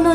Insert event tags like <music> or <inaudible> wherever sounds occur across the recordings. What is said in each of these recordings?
の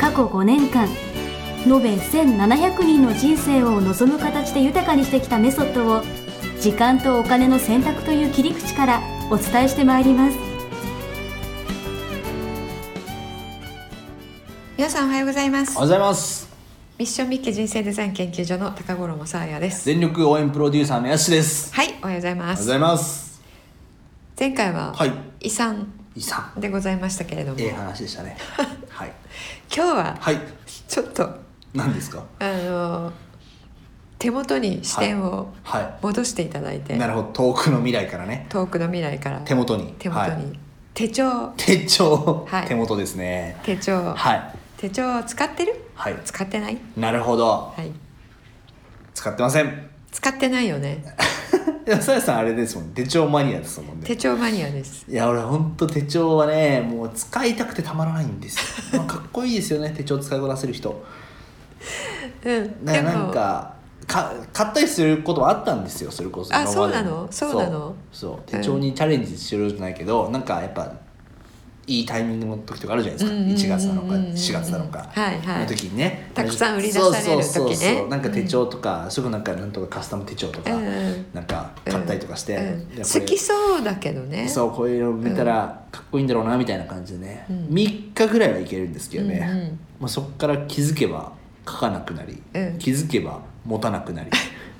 過去5年間延べ1700人の人生を望む形で豊かにしてきたメソッドを時間とお金の選択という切り口からお伝えしてまいります皆さんおはようございますおはようございますミッションミッケ人生デザイン研究所の高頃もさあやです全力応援プロデューサーのやしですはいおはようございまおはようごすざいます前回ははい遺産イさんでございましたけれども、ええ今話で <laughs> したねはい日ははいちょっと、何ですかあの手元に視点をは戻していただいて、いなるほど遠くの未来からね遠くの未来から手元に手元に、はい手帳手帳、はい手元ですね手帳、はい手帳を使ってるはい使ってないなるほどはい使ってません使ってないよねいやさやさんあれですもん手帳マニアですもんね手帳マニアですいや俺ほんと手帳はねもう使いたくてたまらないんですよ、まあ、かっこいいですよね手帳使いこなせる人うんななんかか買ったりすることもあったんですよそれこそあ今までそうなのそうなのそうそう手帳にチャレンジしろじゃないけど、なんかやっぱいいタイミングの時とかあるじゃないですか、うんうんうんうん1月なのか4月なのか、はいはいの時にねたくさん売り出される時ねそうそうそうそうなんか手帳とか、すぐなんかなんとかカスタム手帳とか、うんうんなんか買ったりとかして、うんいやこれ好きそうだけどねそうこういうの見たらかっこいいんだろうなみたいな感じでね、うん3日ぐらいはいけるんですけどね、うんうんまあ、そこから気づけば書かなくなり、うん気づけば持たなくなり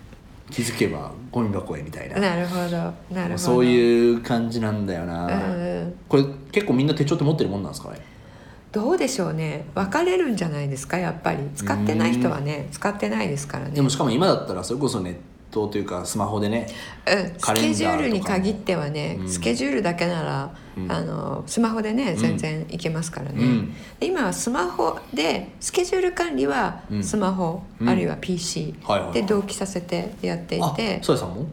<laughs> 気づけばゴミ箱へみたいななるほどなるほまどあそうういう感じなんだよな、んうんこれ結構みんな手帳って持ってるもんなんですかねどうでしょうね分かれるんじゃないですかやっぱり使ってない人はね使ってないですからねでもしかも今だったらそれこそネットというかスマホでねうん、スカレケンジダューとかもールに限ってはね、うんスケジュールだけなら、うんあのスマホでね全然いけますからね、うんで今はスマホでスケジュール管理はうんスマホ、うんあるいは PC はいはいはいで同期させてやっていあて、そうやさんも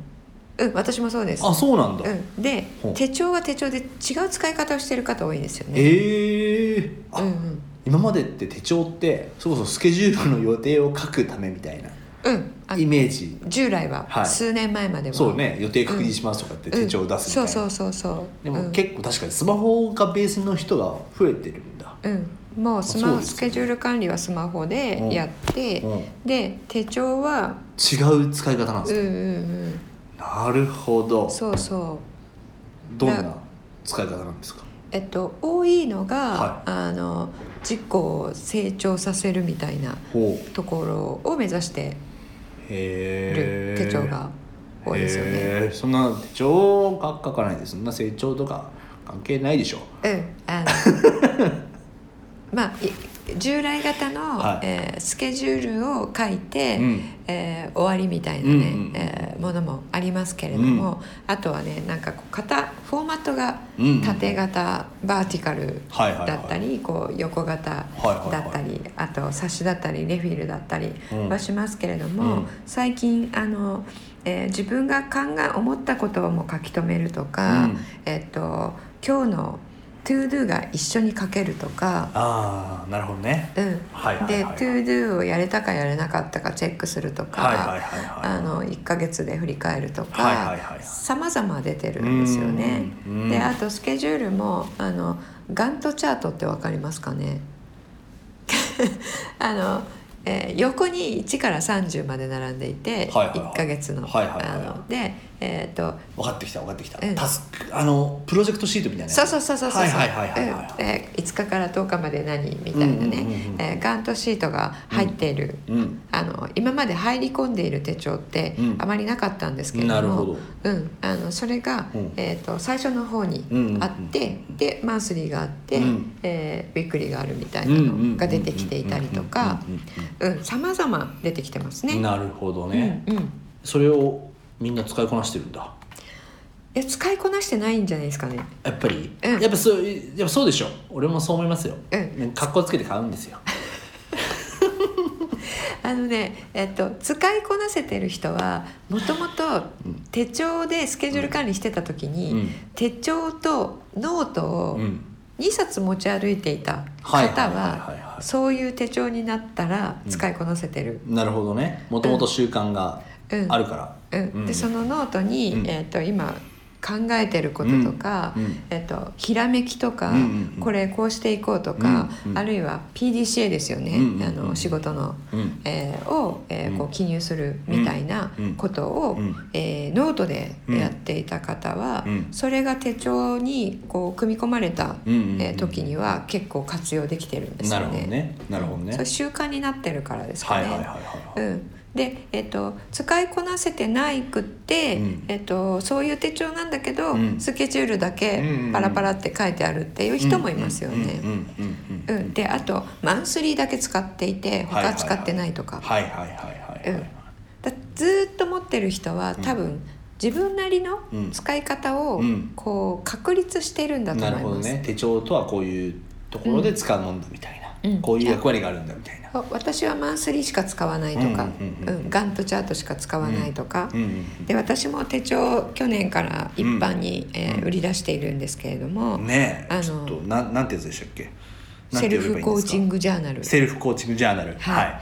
うん、私もそうですあそうなんだ、うん、でほう手帳は手帳で違う使い方をしてる方多いですよねええー、あうんうん今までって手帳ってそれこそスケジュールの予定を書くためみたいなうんあイメージ従来ははい数年前までは、そうね予定確認しますとかって手帳を出すみたいな、うんそうそうそうそうでうもん結構確かにスマホがベースの人が増えてるんだうん、もうスあマそうホですスかケジュール管理はスマホでやって、うんうんで手帳は違う使い方なんうでんうすんうね、んなるほどそうそうどんな使い方なんですかえっと多いのが、はあの自己を成長させるみたいなほうところを目指してへるえ手帳が多いですよね。へーそんな手帳が書かないですそんな成長とか関係ないでしょうん、あの <laughs> まあい従来型の、はいえースケジュールを書いて、うんえー終わりみたいなね、うんうんうんえーものもありますけれども、あとはねなんかこう型フォーマットがうんうんうん縦型、バーティカルはいはいはいだったり、こう横型はいだったり、あと冊子だったりレフィルだったりうんはしますけれども、うん最近あの、えー自分が考え思ったことをも書き留めるとか。うんえっと、今日の「to do」が一緒に書けるとか、ああなるほどねうんはいはいはいではい「to do」をやれたかやれなかったかチェックするとか、はいはいはいはいあの1ヶ月で振り返るとはいはいはいかはいさまざま出てるんですよねうんうん。であとスケジュールもあのガントチャートってわかりますかね <laughs> あのえー横に1から30まで並んでいて、はいはいはい1ヶ月の。はいはいはいはあいので、えっと分かってきた分かってきた、うんタスクあのプロジェクトシートみたいなやつそうそうそうそうそうはいはいはいはいはい、うんえー5日から10日まで何みたいなうんうんうんねうんえーガントシートが入っている、うんあの今まで入り込んでいる手帳ってうんあまりなかったんですけれども、なるほうん、あのそれが、うんえー、と最初の方にうんうんうんあって、でマンスリーがあって、うんえーウィークリーがあるみたいなのが出てきていたりとかうんうんうんさまざま出てきてますね。なるほどうんね、うんそれをみんな使いこなしてるんだえ使いこなしてないんじゃないですかね。やっぱり、うんやっぱそうやっぱそうでしょ俺もそう思いますよ、うん格好つけて買うんですよあのね、えっと、使いこなせてる人はもともとうん手帳でスケジュール管理してた時に、うん手帳とノートをうん2冊持ち歩いていたはい方はいはいはいははいそういう手帳になったら使いこなせてる。なるほどねもともと習慣がうんあるから、うん、でそのノートに、うんえっと今考えてることとか、うんうんえっとひらめきとか、うんうんうんこれこうしていこうとか、うんうんあるいは PDCA ですよね、うんうんうんあの仕事のうんえーを、えーこううん記入するみたいなうんことを、うんえーノートでやっていた方は、うんそれが手帳にこう組み込まれた、うんうんうんえー時には結構活用できてるんですなよるほどね。ねなるほどねそれ習慣になってるからですかはいね。はいはいはい、うん、で、えっと使いこなせてないくって、うんえっとそういう手帳なんだけど、うんスケジュールだけうんうんパラパラって書いてあるっていう人もいますよね。うんうんうんううんん、であとマンスリーだけ使っていてはいはいは他い使ってないとか、はいはいはいはいはい、だずーっと持ってる人は多分、自分なりのうん使い方をうんこう確立してるんだとなる思いほどます。ね手帳とはこういうところで使うもんだみたいうな、んこういう役割があるんだみたいな、そう私はマンスリーしか使わないとか、うんうんううんんうんガントチャートしか使わないとか、うんうんうんで私も手帳を去年から一般に、えーうん売り出しているんですけれども、ねあえのちょっとなんなんてやつでしたっけなんセてル呼べばいフいんでコーすかチングジャーナルセルフコーチングジャーナルははいい、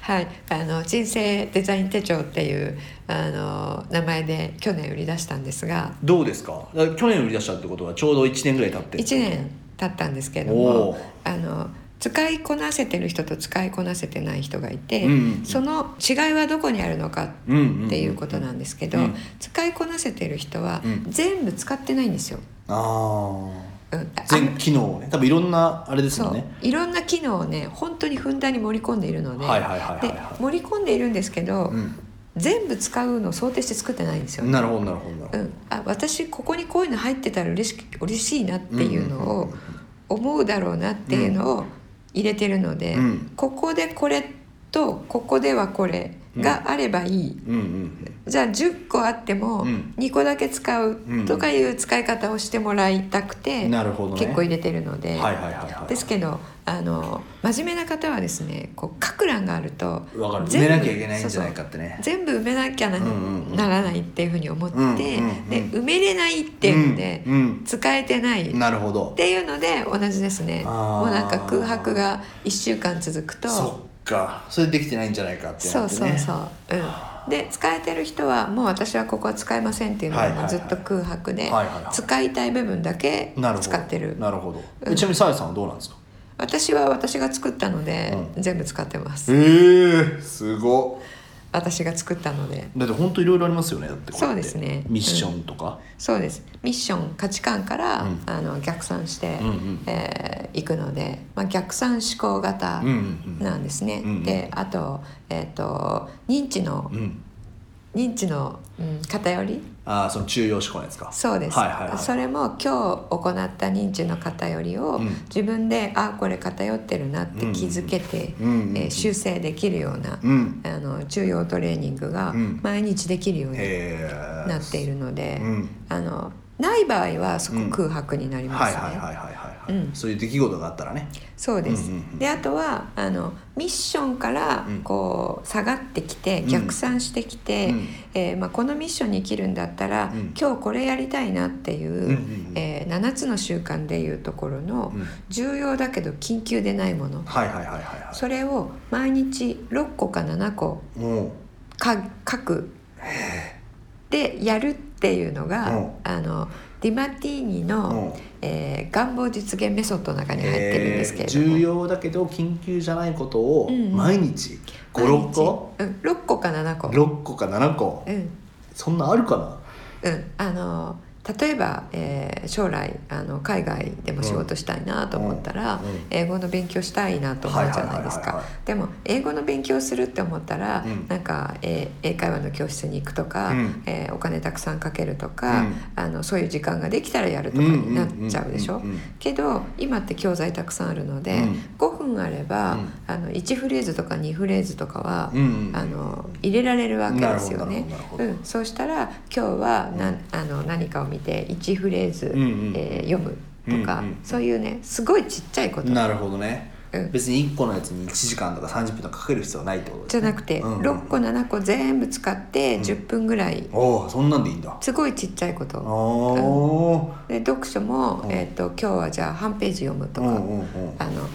はい、あの人生デザイン手帳っていうあの名前で去年売り出したんですがどうですかだから去年売り出したってことはちょうど1年ぐらい経って1年経ったんですけれどおもーあの使いこなせてる人と使いこなせてない人がいて、うんうんうんその違いはどこにあるのか年っていうことなんですけど、うん使いこなせてる人はうん全部使ってないんですよ。うんあああ全機能をね多分いろんなあれですそようねいろんな機能をね本当にふんだんに盛り込んでいるので,、はいはいはいはいではい盛り込んでいるんですけど、う全部使うのを想定して作ってないんですよん、なるほどなるほどなうるほど、ん、あ私ここにこういうの入ってたら嬉しく嬉しいなっていうのうんをうんうん思うだろうなっていうのを入れてるので、うんここでこれとここではこれがあればいい、うんうんじゃあ10個あってもうん2個だけ使うとかいう使い方をしてもらいたくて、なるほどね結構入れてるので、はいはいはいはいですけどあの真面目な方はですねこう書く欄があるとわかる全部埋めなきゃいけないんじゃないかってねそうそう全部埋めなきゃな,、うんうんうんらないっていうふうに思って、うんうんうんで埋めれないっていうので、うんうん使えてないっなるほどていうので同じですねあーもうなんか空白が1週間続くとそっかそれできてないんじゃないかってそなうってそうねそう、うん、で使えてる人はもう私はここは使えませんっていうのはいはいがはいずっと空白ではいはいはい使いたい部分だけなるほど使ってるなるほどえちなみにさやさんはどうなんですか私は私が作ったので、全部使ってますえー、すごっ私が作ったのでだって本当いろいろありますよねだってこれってそうですねミッションとか、そうですミッション価値観から、うんあの逆算して、うんうんえーいくので、まあ、逆算思考型うんうんうんなんですね、うんうんであと,、えー、と認知の、うん認知の、うん、偏りああその中央思考のやつかそうです、はいはいはいそれも今日行った認知の偏りを、うん自分であこれ偏ってるなって気づけて、うんうんうんえー修正できるような、うんあの中央トレーニングがうん毎日できるようにへえなっているので、うんあのない場合はそこ空白になりまはいすはいはいね。はいはい、うんそういう出来事があったらねそうです、うんうんうんであとはあのミッションからうんこう下がってきてうん逆算してきて、うんえーまあ、このミッションに生きるんだったら、うん今日これやりたいなっていう、んうんうんえ7つの習慣でいうところのうん重要だけど緊急でないもの、はいはいはいはいはそれを毎日6個か7個いもうか書くでやるっていうのが、うんあのディマティーニの、うんえー願望実現メソッドの中に入ってるんですけれども、重要だけど緊急じゃないことをうん毎日毎日56個、うん、6個か7個6個か7個、うんそんなあるかなうん、あの例えば、えー将来あの海外でも仕事したいなと思ったら、うんうん英語の勉強したいなと思うじゃないですはいはいかはいはいでも英語の勉強するって思ったら、うんなんか、えー英会話の教室に行くとか、うんえーお金たくさんかけるとか、うんあのそういう時間ができたらやるとかになっちゃうでしょ、うんうんうんうんけど今って教材たくさんあるので、うん5分あれば、うんあの1フレーズとか2フレーズとかは、うんうんあの入れられるわけですよねなるほどなるうほ。どんそうしたら今日はな、あの何かを見て1フレーズ、んうんえー読むとか、うんうんそういうねすごいちっちゃいことなるほどねうん別に1個のやつに1時間とか30分とかかける必要はないってことですじゃなくて、うんうん6個7個全部使ってうん10分ぐらい、おおそんなんでいいんだすごいちっちゃいことおで読書も、うんえー、と今日はじゃあ半ページ読むとーうか、んうんうんあの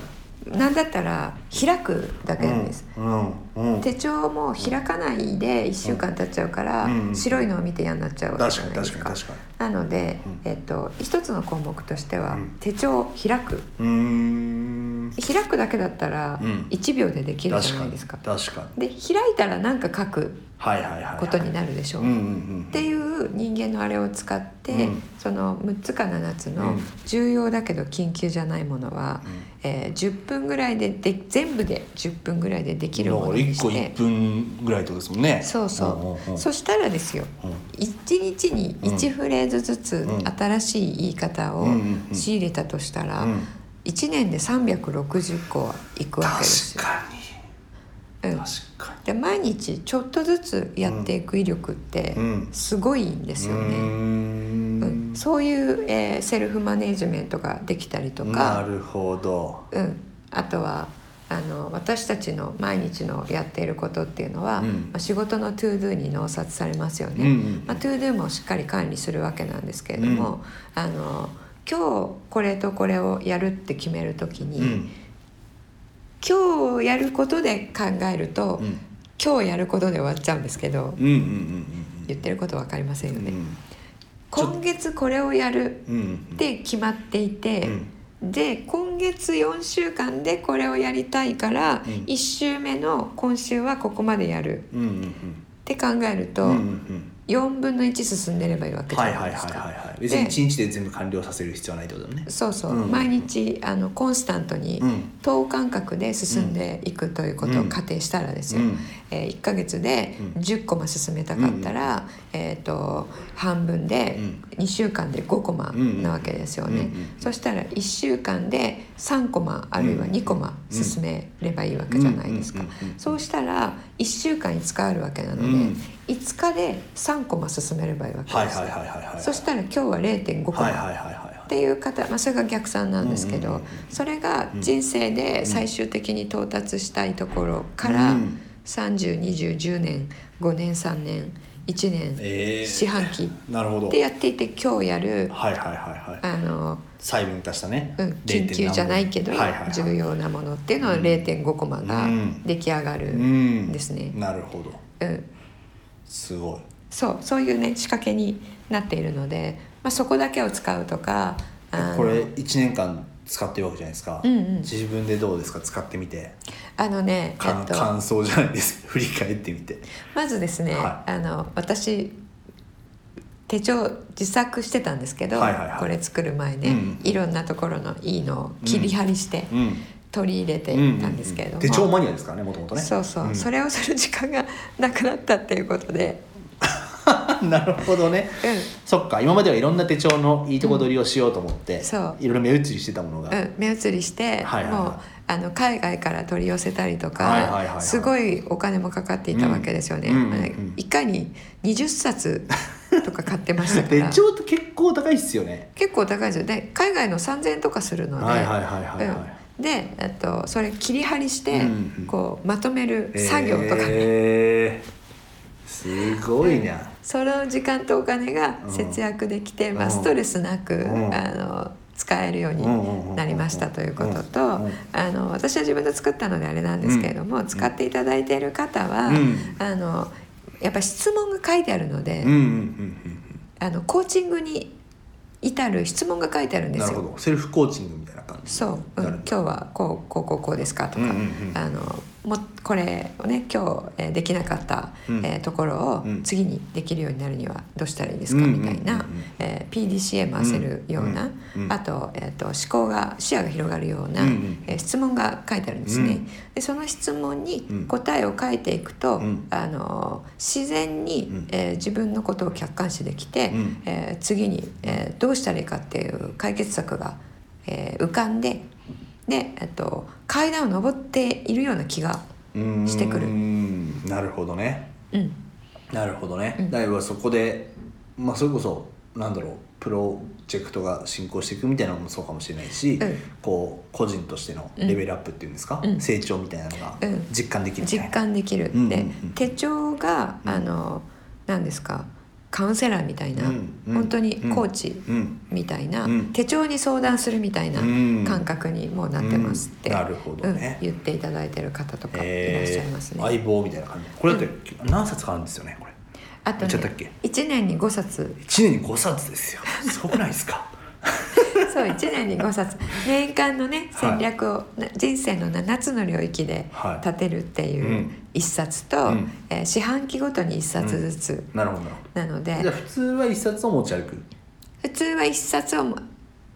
なんだったら開くだけでもいいです、うんうんうん手帳も開かないで1週間経っちゃうから、うんうん白いのを見て嫌になっちゃうわけ確じゃかなにいで確すかかに確かになので、うんえっと一つの項目としては、うん手帳を開くうーん開くだけだったらうん1秒でできるじゃ確なかいにですか,、確かにで開いたら何か書くはいはいはいはいことになるでしょう、うんうんうんっていう人間のあれを使って、うんその6つか7つうのん重要だけど緊急じゃないものは、えー10分ぐらいでで全部で10分ぐらいでできるだもかのらに1個して1分ぐらいってことですもんねそうそんう、んんそしたらですようん1日に1フレーズずつうん新しい言い方をうんうんうん仕入れたとしたら、うん1年で360個はいくわけですよ確。かにうん確かで毎日ちょっとずつやっていく威力ってうんすごいんですによね。んうん、そういう、えーセルフマネージメントができたりとなか、るほどうん、あとはあの私たちの毎日のやっていることっていうのは、うんまあ、仕事のトゥードゥに納札されますよね。うんうんまあ、トゥードゥもしっかり管理するわけなんですけれども、あの今日これとこれをやるって決めるときに、うん今日やることで考えると、うん今日やることで終わっちゃうんですけど、うんうん言ってることわかりませんようんうんうね。ん今月これをやるうんうんで決まっていて、で今月4週間でこれをやりたいから、うん1週目の今週はここまでやるっうんうんて考えるうんうんうと、んうん4分の1進んでればいいわけじはいゃなはいいはですいはいか。はい別に一日で全部完了させる必要はないってことだもんねそうそう、うん毎日あのコンスタントにうん等間隔で進んでいくということをうん仮定したらですうよ、んえー1ヶ月でうん10コマ進めたかったら、えー、と半分で2週間で5コマなわけですよね、うんうんそしたら1週間で3コマあるいは2コマ進めればいいわけじゃないですか、うんうんうんうんそうしたら1週間5日あるわけなので、うん5日で3コマ進めればいいわけです、はいはいはいはいはいそしたら今日は0.5コマ、はいはいはいはいっていう方、まあ、それが逆算なんですけど、うんうんうんそれが人生で最終的に到達したいところから、うん302010年5年3年1年、えー四半期なるほどってやっていて今日やるはいはいはいはいあの、細分化したね、うん、緊急じゃないけど、はいはいはい、重要なものっていうのは0.5コマがうん出来上がるうんんですね。なるほどうんすごいそうそういうね仕掛けになっているので、まあ、そこだけを使うとかあのこれ1年間使ってるわけじゃないですか、うんうん自分でどうですか使ってみてあのね、かえっと感想じゃないです <laughs> けど振り返ってみてまずですね、はあの私手帳自作してたんですけど、はいはいはいこれ作る前ね、うんいろんなところのいいのを切り張りしてうん取り入れてうんうんいったんですけれども、手帳マニアですからねもともとねそうそう、んそれをする時間がなくなったっていうことで、 <laughs> なるほどね、うそっか今まではいろんな手帳のいいとこ取りをしようと思って、そういろいろ目移りしてたものが、うん、目移りして、はいはいはいもうあの海外から取り寄せたりとか、はいはいはいはいすごいお金もかかっていたわけですよね。うんうんうんまあいかに20冊とか買ってましたか <laughs> 手ら帳って結構高いっすよね結構高いですよで海外の3,000円とかするので、はいはいはいはいはいうん、で、えっと、それ切り張りして、うんうんこうまとめる作業とかね、えーすごいな、その時間とお金が節約できて、うんまあ、ストレスなく、うんあの使えるよううんうんうんうんになりましたということと、うんうんあの私は自分で作ったのであれなんですけれども、使っていただいている方は、うんあのやっぱ質問が書いてあるので、うんうんうんあのコーチングに至る質問が書いてあるんうんでなするよほ。どセルフコーチングみたいな感じそう、うん、なる今日はこうこうこうこうですかとか、うんうんうんあのもこれをね今日、えーできなかった、うんえーところをうん次にできるようになるにはどうしたらいいですか、うんうんうんみたいな、えー PDCA 回せるような、うんうんあと,、えー、と思考が視野が広がるような、うんうんえー質問が書いてあるんですね。うんでその質問にうん答えを書いていくと、うんあの自然に、うんえー自分のことを客観視できて、うんえー次に、えーどうしたらいいかっていう解決策が、えー浮かんでで、えっと、階段を上っているような気が、うーんしてくるなるほどねうん、なるほどね、うんだいぶそこでまあそれこそなんだろうプロジェクトが進行していくみたいなのもそうかもしれないし、うんこう個人としてのレベルアップっていうんですか、うん成長みたいなのがうん実感できるみたいな実感できるうんうんで、うん手帳があの何ですかカウンセラーみたいな、うんうん本当にコーチうんみたいな、うん手帳に相談するみたいなうん感覚にもうなってますって、うんなるほどねうん言っていただいてる方とかいらっしゃえいますーね。相棒みたいな感じこれだって何冊かあるんですよねこれあと、言っちゃったっけね、1年に5冊1年に5 <laughs> 冊ですよすごくないですかそう1年に5冊年間のねは戦い略を、な人生の7つの領域ではい立てるってういうん1冊と、うんえー四半期ごとに1冊ずつなるほどなるほどなので、じゃあ普通は1冊を持ち歩く普通は1冊をも、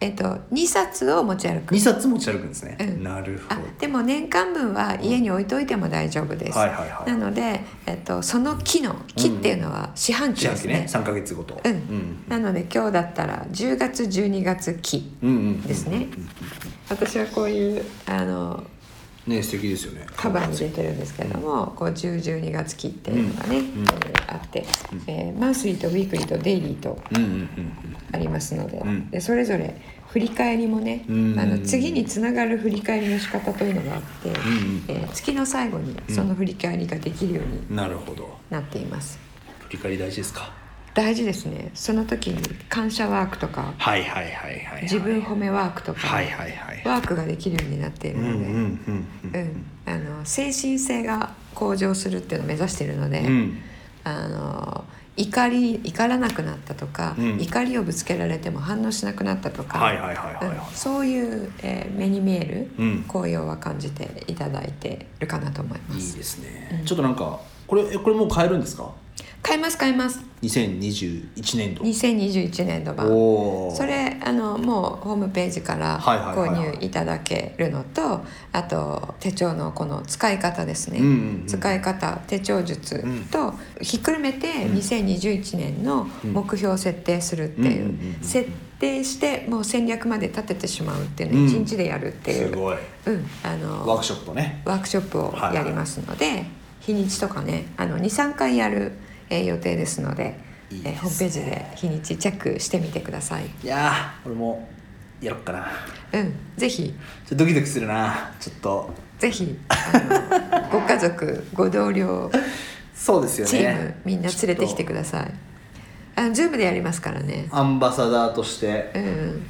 えっと2冊を持ち歩く2冊持ち歩くんですね、うんなるほあどでも年間分は家に置いといても大丈夫です、はいはいはいなので、えっとその期の期っていうのは四半期四で半す期ね,、ね3か月ごとうんうんなので今日だったら10月12月期うんうんですね、私はこういうあのね素敵ですよねカバーに入れてるんですけども、こう1012月期っていうのがね、えーあって、えーマンスリーとウィークリーとデイリーとうんうんありますので,、んでそれぞれ振り返りもね、うんあの次につながる振り返りの仕方というのがあって、えー月の最後にその振り返りができるようにうんなるほどなっています。振り返り大事ですか大事ですねその時に感謝ワークとかはいはいはいはい、はい、自分褒めワークとか、はいはいはいワークができるようになっているうんうんので、ううんんあの精神性が向上するっていうのを目指しているので、うんあの怒り怒らなくなったとか、うん怒りをぶつけられても反応しなくなったとか、はいはいはいはいはいうんそういう、えー目に見えるうん紅葉は感じていただいてるかなと思いまいいす。ですね、ちょっとなんかこれえこれもう買えるんですか買います買います2021年度2021年度版おおそれあのもうホームページからはいはいはい購はい入いただけるのと、あと手帳のこの使い方ですね、うんうんうん使い方手帳術とひっくるめて2021年の目標を設定するっていう,、うんうんうんうん設定してもう戦略まで立ててしまうっていうのを1日でやるっていすう、ごいうん、あのワークショップねワークショップをやりますので、日にちとかねあの23回やる、えー予定ですのでいいでえすねーホームページで日にちチェックしてみてください。いやー俺もやろっかなうん、ぜひちょっとドキドキするなちょっとぜひあ <laughs> のご家族ご同僚そうですよねチームみんな連れてきてくさださい。あのズームでやりますからね。アンバサダーとしてうん、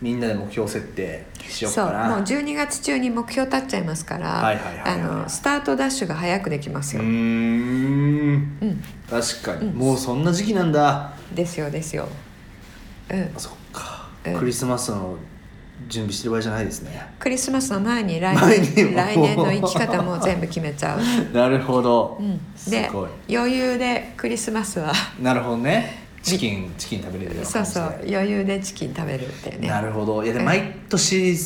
みんなで目標設定しようそうもかうな12月中に目標立っちゃいますから、はいはいはいはいあのスタートダッシュが早くできますうよ。ーんうん、確かに、もうそんな時期なんだですよですよ。うんあ、そっか、うんクリスマスの準備してる場合じゃないですねクリスマスの前に来前にも年来年の生き方も全部決めち <laughs> ゃう、なるほど、うん、すでごい余裕でクリスマスはなるほどねチキンチキン食べれるようなそ感うじそでう余裕でチキン食べるっていうねなるほどいやでも毎年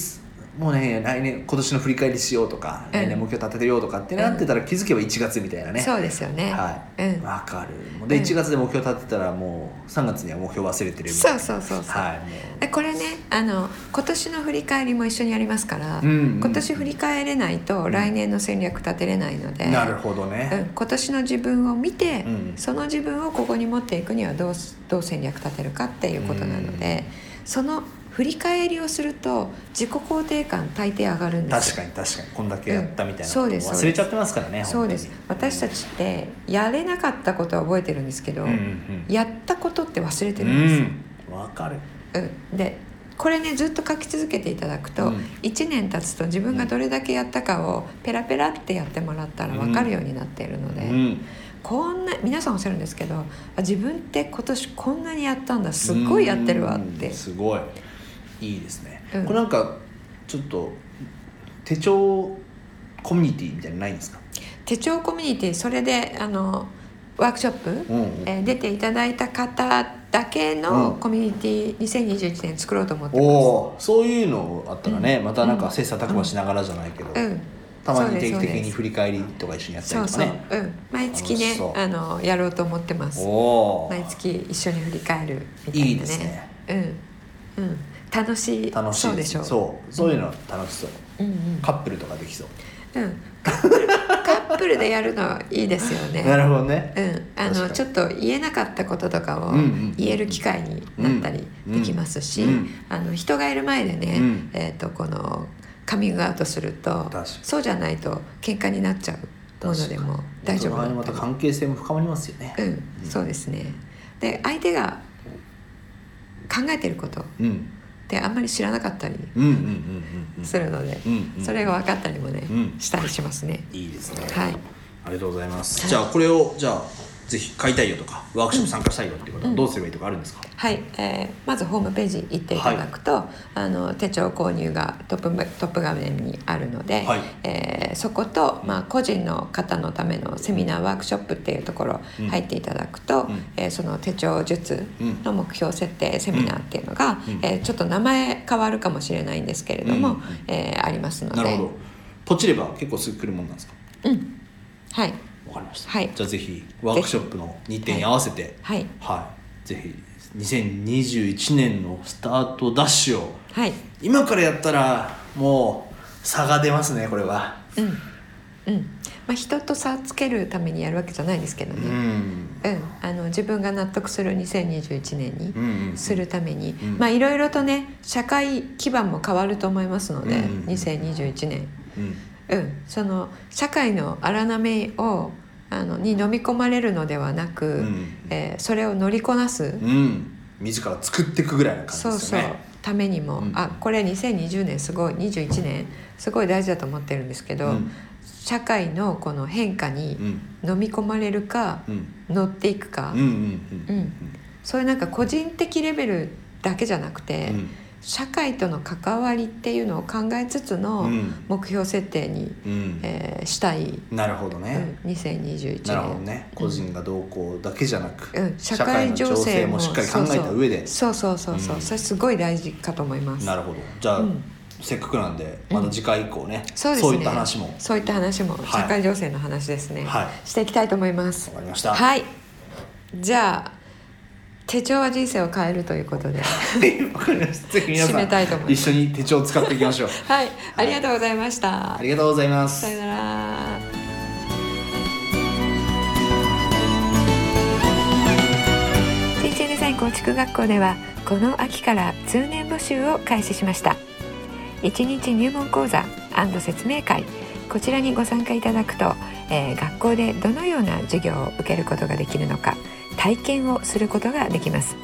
もうね来年今年の振り返りしようとか、来年目標立ててようとかってなってたら気づけば1月みたいなね、そうですよね、はい、うん、わかるでうん1月で目標立てたらもう3月には目標忘れてるみたいそうなそうそうそう、はいもでこれねあの今年の振り返りも一緒にやりますから、うんうん今年振り返れないと来年の戦略立てれないので、うなるほどね、うん、今年の自分を見て、うんその自分をここに持っていくにはどうすどう戦略立てるかっていうことなので、その振り返りをすると自己肯定感大抵上がるんです確かに確かにこんだけやったみたいなうんそうことです忘れちゃってますからねそうです私たちってやれなかったことは覚えてるんですけど、うんうんやったことって忘れてうるんですよんわかるうん、でこれねずっと書き続けていただくと、うん1年経つと自分がどれだけやったかをペラペラってやってもらったら分かるようになっているのうで、んこんな皆さんおっしゃるんですけどあ自分って今年こんなにやったんだすっごいやってるわっうてんすごいいいですね、うんこれなんかちょっと手帳コミュニティみたいなのないんですか手帳コミュニティそれであのワークショップ、うんうんえー出ていただいた方だけうのんコミュニティ2021年作ろうと思ってます。おおそういうのあったらね、またなんか切磋琢磨しながらじゃないけど、うんたまにそうです定期そう的ですに振り返りとか一緒にやったそりうとそかう、ねうん、毎月ね楽しそうあのやろうと思ってますおお毎月一緒に振り返るみたいなねいいですねうんうん、楽しい楽しいそうででしすょねそうそういうの楽しそう、うんうんカップルとかできそううん、カップルカッップルでやるのいいですよね。なるほどねうん、あ確かのにちょっと言えなかったこととかをうんうん言える機会になったりできますし、うんうんあの人がいる前でね、うんえー、とこのカミングアウトすると確かにそうじゃないと喧嘩になっちゃうものでも大丈夫お互いにまた関係性も深まりますよねうん、そうですねで相手が考えてることっうんてあんまり知らなかったりうんうんうんうんするので、うんうんそれが分かったりもね、うんしたりしますね。いいですねはいありがとうございますじゃあこれをじゃあぜひ買いたいよとかワークショップ参加したいよっていうことはどうすればいいとかあるんですかはい、えーまずホームページ行っていただくと、あの手帳購入がトップバトップ画面にあるので、はいえーそこと、まあ、個人の方のためのセミナーワークショップっていうところうん入っていただくと、んえーその手帳術の目標設定セミナーっていうのが、えーちょっと名前変わるかもしれないんですけれども、うんえーありますのでなるほどポチれば結構すぐ来るもんなんですかはい、わかりました、はいじゃあぜひワークショップの日程に合わせてはいはいはいぜひ2021年のスタートダッシュをはい今からやったらもう差が出ますねこれはうんまあ、人と差つけるためにやるわけじゃないですけどね。うんうん、あの自分が納得する2021年うんうんうんにするために、んまあいろいろとね社会基盤も変わると思いますので、うんうんうん2021年、ううんん、その社会の荒波をあのに飲み込まれるのではなく、んうんえーそれを乗りこなす、うん自ら作っていくぐらいなそ感うじですそうよねためにも、うんあこれ2020年すごい21年すごい大事だと思ってるんですけど、うん社会のこの変化にうん飲み込まれるか、うん乗っていくかうん、うんううんん、そういうなんか個人的レベルだけじゃなくて、うん社会との関わりっていうのを考えつつうのん目標設定に、うんえーしたい、なるほどうねん、2021なるほど年、ね個人がどうこうだけじゃなくうん、社会情勢も社会の情勢もしっかり考えた上でそうそうそうそうそう、うんそれすごい大事かと思います。なるほどじゃあうんせっかくなんでまた次回以降ねそうですね、そういった話もそういった話も、はい社会情勢の話ですね、はしていきたいと思いますわかりましたはいじゃあ手帳は人生を変えるということでわかりましたぜひ皆さ締めたいと思いんま一す緒に手帳を使っていきましょうはいありがとうございました、ありがとうございますさよなら。人生デザイン構築学校ではこの秋から通年募集を開始しました1日入門講座説明会こちらにご参加いただくと、えー学校でどのような授業を受けることができるのか体験をすることができます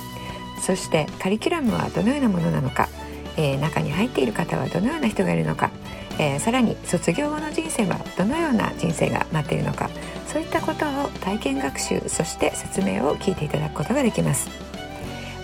そしてカリキュラムはどのようなものなのか、えー中に入っている方はどのような人がいるのかえーさらに卒業後の人生はどのような人生が待っているのかそういったことを体験学習そして説明を聞いていただくことができます